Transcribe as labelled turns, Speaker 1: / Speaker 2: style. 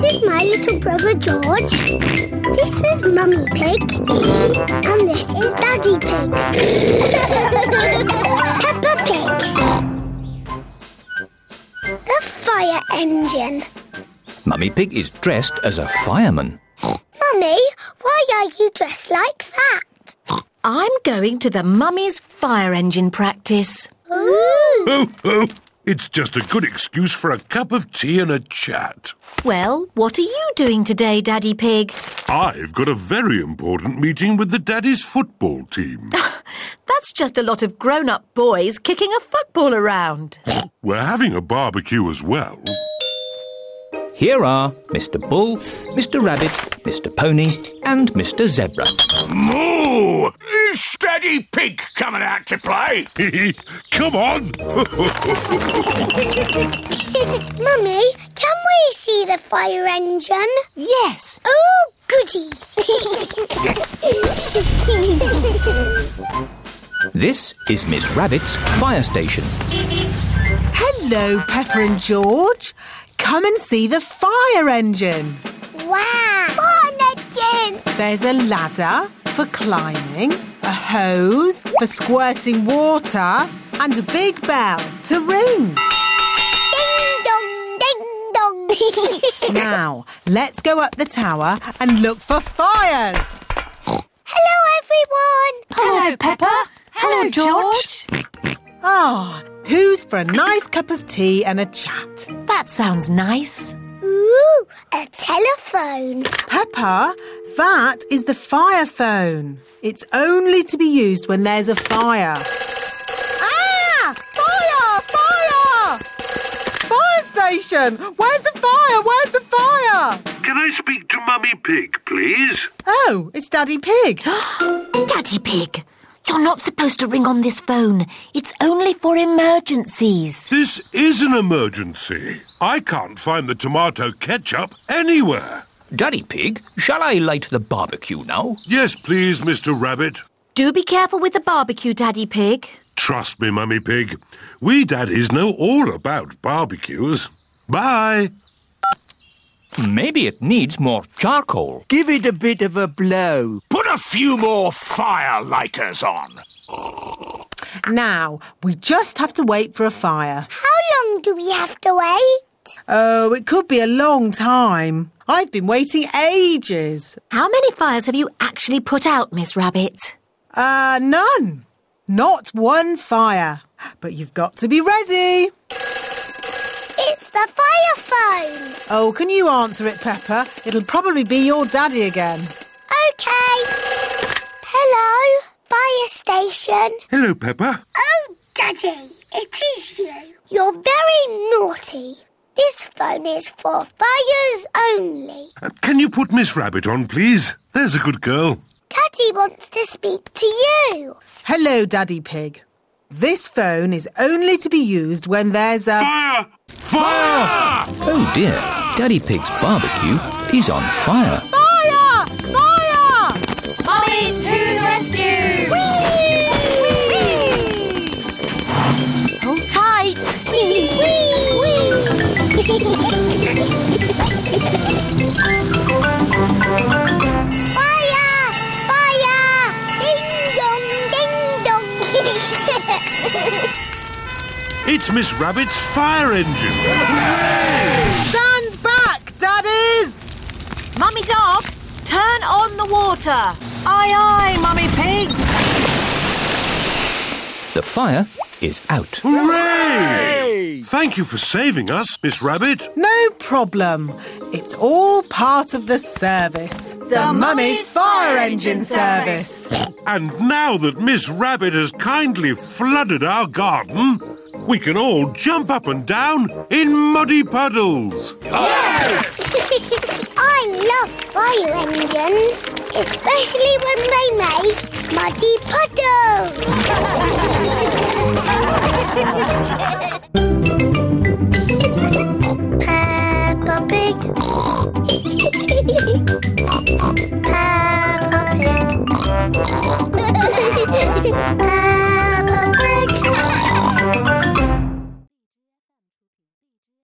Speaker 1: little brother George. This is Mummy Pig. And this is Daddy Pig. Peppa Pig. The fire engine.
Speaker 2: Mummy Pig is dressed as a fireman.
Speaker 1: Mummy, why are you dressed like that?
Speaker 3: I'm going to the Mummy's fire engine practice.
Speaker 1: Ooh.
Speaker 4: Oh, oh, it's just a good excuse for a cup of tea and a chat.
Speaker 3: Well, what are you doing today, Daddy Pig?
Speaker 4: I've got a very important meeting with the Daddy's football team.
Speaker 3: That's just a lot of grown up boys kicking a football around.
Speaker 4: We're having a barbecue as well.
Speaker 2: Here are Mr. Bull, Mr. Rabbit, Mr. Pony, and Mr. Zebra.
Speaker 5: Moo! Is Steady Pig coming out to play?
Speaker 4: Come on!
Speaker 1: Mummy, can we see the fire engine?
Speaker 3: Yes.
Speaker 1: Oh, goody!
Speaker 2: this is Miss Rabbit's fire station.
Speaker 6: Hello, Pepper and George. Come and see the fire engine.
Speaker 1: Wow! Fire engine!
Speaker 6: There's a ladder for climbing, a hose for squirting water, and a big bell to ring.
Speaker 1: Ding dong, ding dong.
Speaker 6: now, let's go up the tower and look for fires.
Speaker 1: Hello, everyone.
Speaker 3: Hello, Pepper. Hello, George.
Speaker 6: Ah, oh, who's for a nice cup of tea and a chat?
Speaker 3: That sounds nice.
Speaker 1: Ooh, a telephone.
Speaker 6: Peppa, that is the fire phone. It's only to be used when there's a fire.
Speaker 1: Ah! Fire! Fire!
Speaker 6: Fire station! Where's the fire? Where's the fire?
Speaker 4: Can I speak to Mummy Pig, please?
Speaker 6: Oh, it's Daddy Pig.
Speaker 3: Daddy Pig, you're not supposed to ring on this phone. It's only for emergencies.
Speaker 4: This is an emergency. I can't find the tomato ketchup anywhere.
Speaker 2: Daddy Pig, shall I light the barbecue now?
Speaker 4: Yes, please, Mr. Rabbit.
Speaker 3: Do be careful with the barbecue, Daddy Pig.
Speaker 4: Trust me, Mummy Pig. We daddies know all about barbecues. Bye.
Speaker 2: Maybe it needs more charcoal.
Speaker 7: Give it a bit of a blow.
Speaker 5: Put a few more fire lighters on.
Speaker 6: Now, we just have to wait for a fire.
Speaker 1: How long do we have to wait?
Speaker 6: Oh, it could be a long time. I've been waiting ages.
Speaker 3: How many fires have you actually put out, Miss Rabbit?
Speaker 6: Uh, none. Not one fire. But you've got to be ready.
Speaker 1: It's the fire phone.
Speaker 6: Oh, can you answer it, Pepper? It'll probably be your daddy again.
Speaker 1: OK. Hello, fire station.
Speaker 4: Hello, Pepper.
Speaker 1: Oh, daddy, it is you. You're very naughty. This phone is for fires only.
Speaker 4: Uh, can you put Miss Rabbit on, please? There's a good girl.
Speaker 1: Daddy wants to speak to you.
Speaker 6: Hello, Daddy Pig. This phone is only to be used when there's a.
Speaker 4: Fire! Fire!
Speaker 2: Oh dear, Daddy Pig's barbecue is on fire.
Speaker 6: Fire! Fire!
Speaker 8: Mummies to the rescue!
Speaker 1: Whee!
Speaker 3: Whee! Hold tight!
Speaker 1: Whee! Whee! Fire! Fire! Ding dong, ding dong.
Speaker 4: It's Miss Rabbit's fire engine.
Speaker 6: Stand back, daddies!
Speaker 3: Mummy Dog, turn on the water. Aye, aye, Mummy Pig.
Speaker 2: The fire is out.
Speaker 4: Hooray! Thank you for saving us, Miss Rabbit.
Speaker 6: No problem. It's all part of the service. The,
Speaker 3: the Mummy's Fire Engine Service.
Speaker 4: And now that Miss Rabbit has kindly flooded our garden, we can all jump up and down in muddy puddles.
Speaker 3: Yes!
Speaker 1: I love fire engines, especially when they make muddy puddles. Peppa Pig. Peppa Pig. Peppa